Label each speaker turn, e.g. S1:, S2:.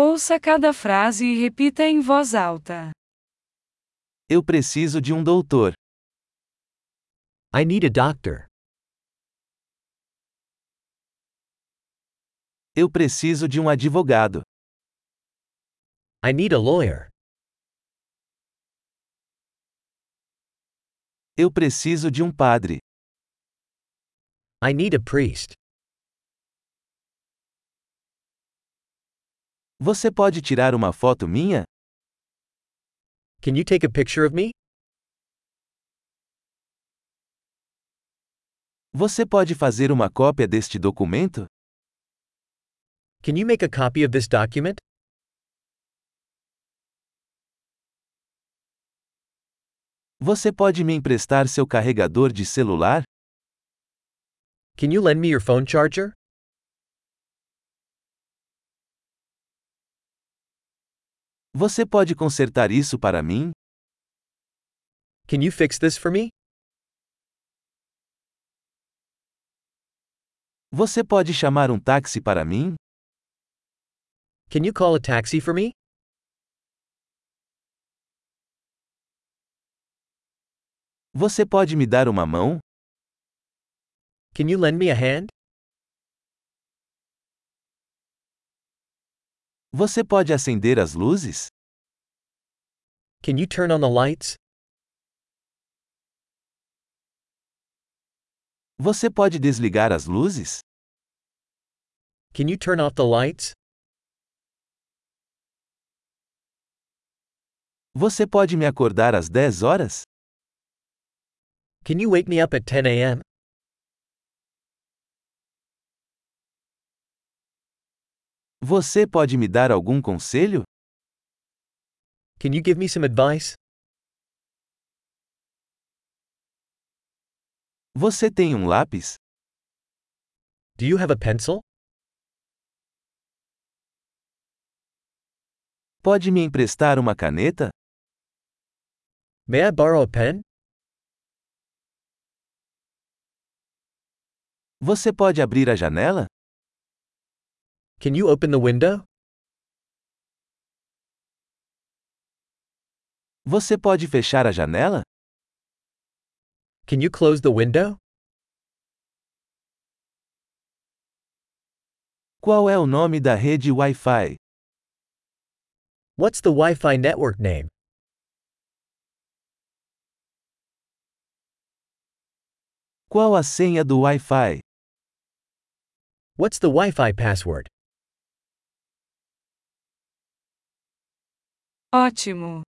S1: Ouça cada frase e repita em voz alta.
S2: Eu preciso de um doutor.
S3: I need a doctor.
S2: Eu preciso de um advogado.
S3: I need a lawyer.
S2: Eu preciso de um padre.
S3: I need a priest.
S2: Você pode tirar uma foto minha?
S3: Can you take a picture of me?
S2: Você pode fazer uma cópia deste documento?
S3: Can you make a copy of this document?
S2: Você pode me emprestar seu carregador de celular?
S3: Can you lend me your phone charger?
S2: Você pode consertar isso para mim?
S3: Can you fix this for me?
S2: Você pode chamar um táxi para mim?
S3: Can you call a taxi for me?
S2: Você pode me dar uma mão?
S3: Can you lend me a hand?
S2: Você pode acender as luzes?
S3: Can you turn on the lights?
S2: Você pode desligar as luzes?
S3: Can you turn off the lights?
S2: Você pode me acordar às 10 horas?
S3: Can you wake me up at 10 a.m.?
S2: Você pode me dar algum conselho?
S3: Can you give me some advice?
S2: Você tem um lápis?
S3: Do you have a pencil?
S2: Pode me emprestar uma caneta?
S3: May I borrow a pen?
S2: Você pode abrir a janela?
S3: Can you open the window?
S2: Você pode fechar a janela?
S3: Can you close the window?
S2: Qual é o nome da rede Wi-Fi?
S3: What's the Wi Fi network name?
S2: Qual a senha do Wi-Fi?
S3: What's the Wi Fi password?
S1: Ótimo!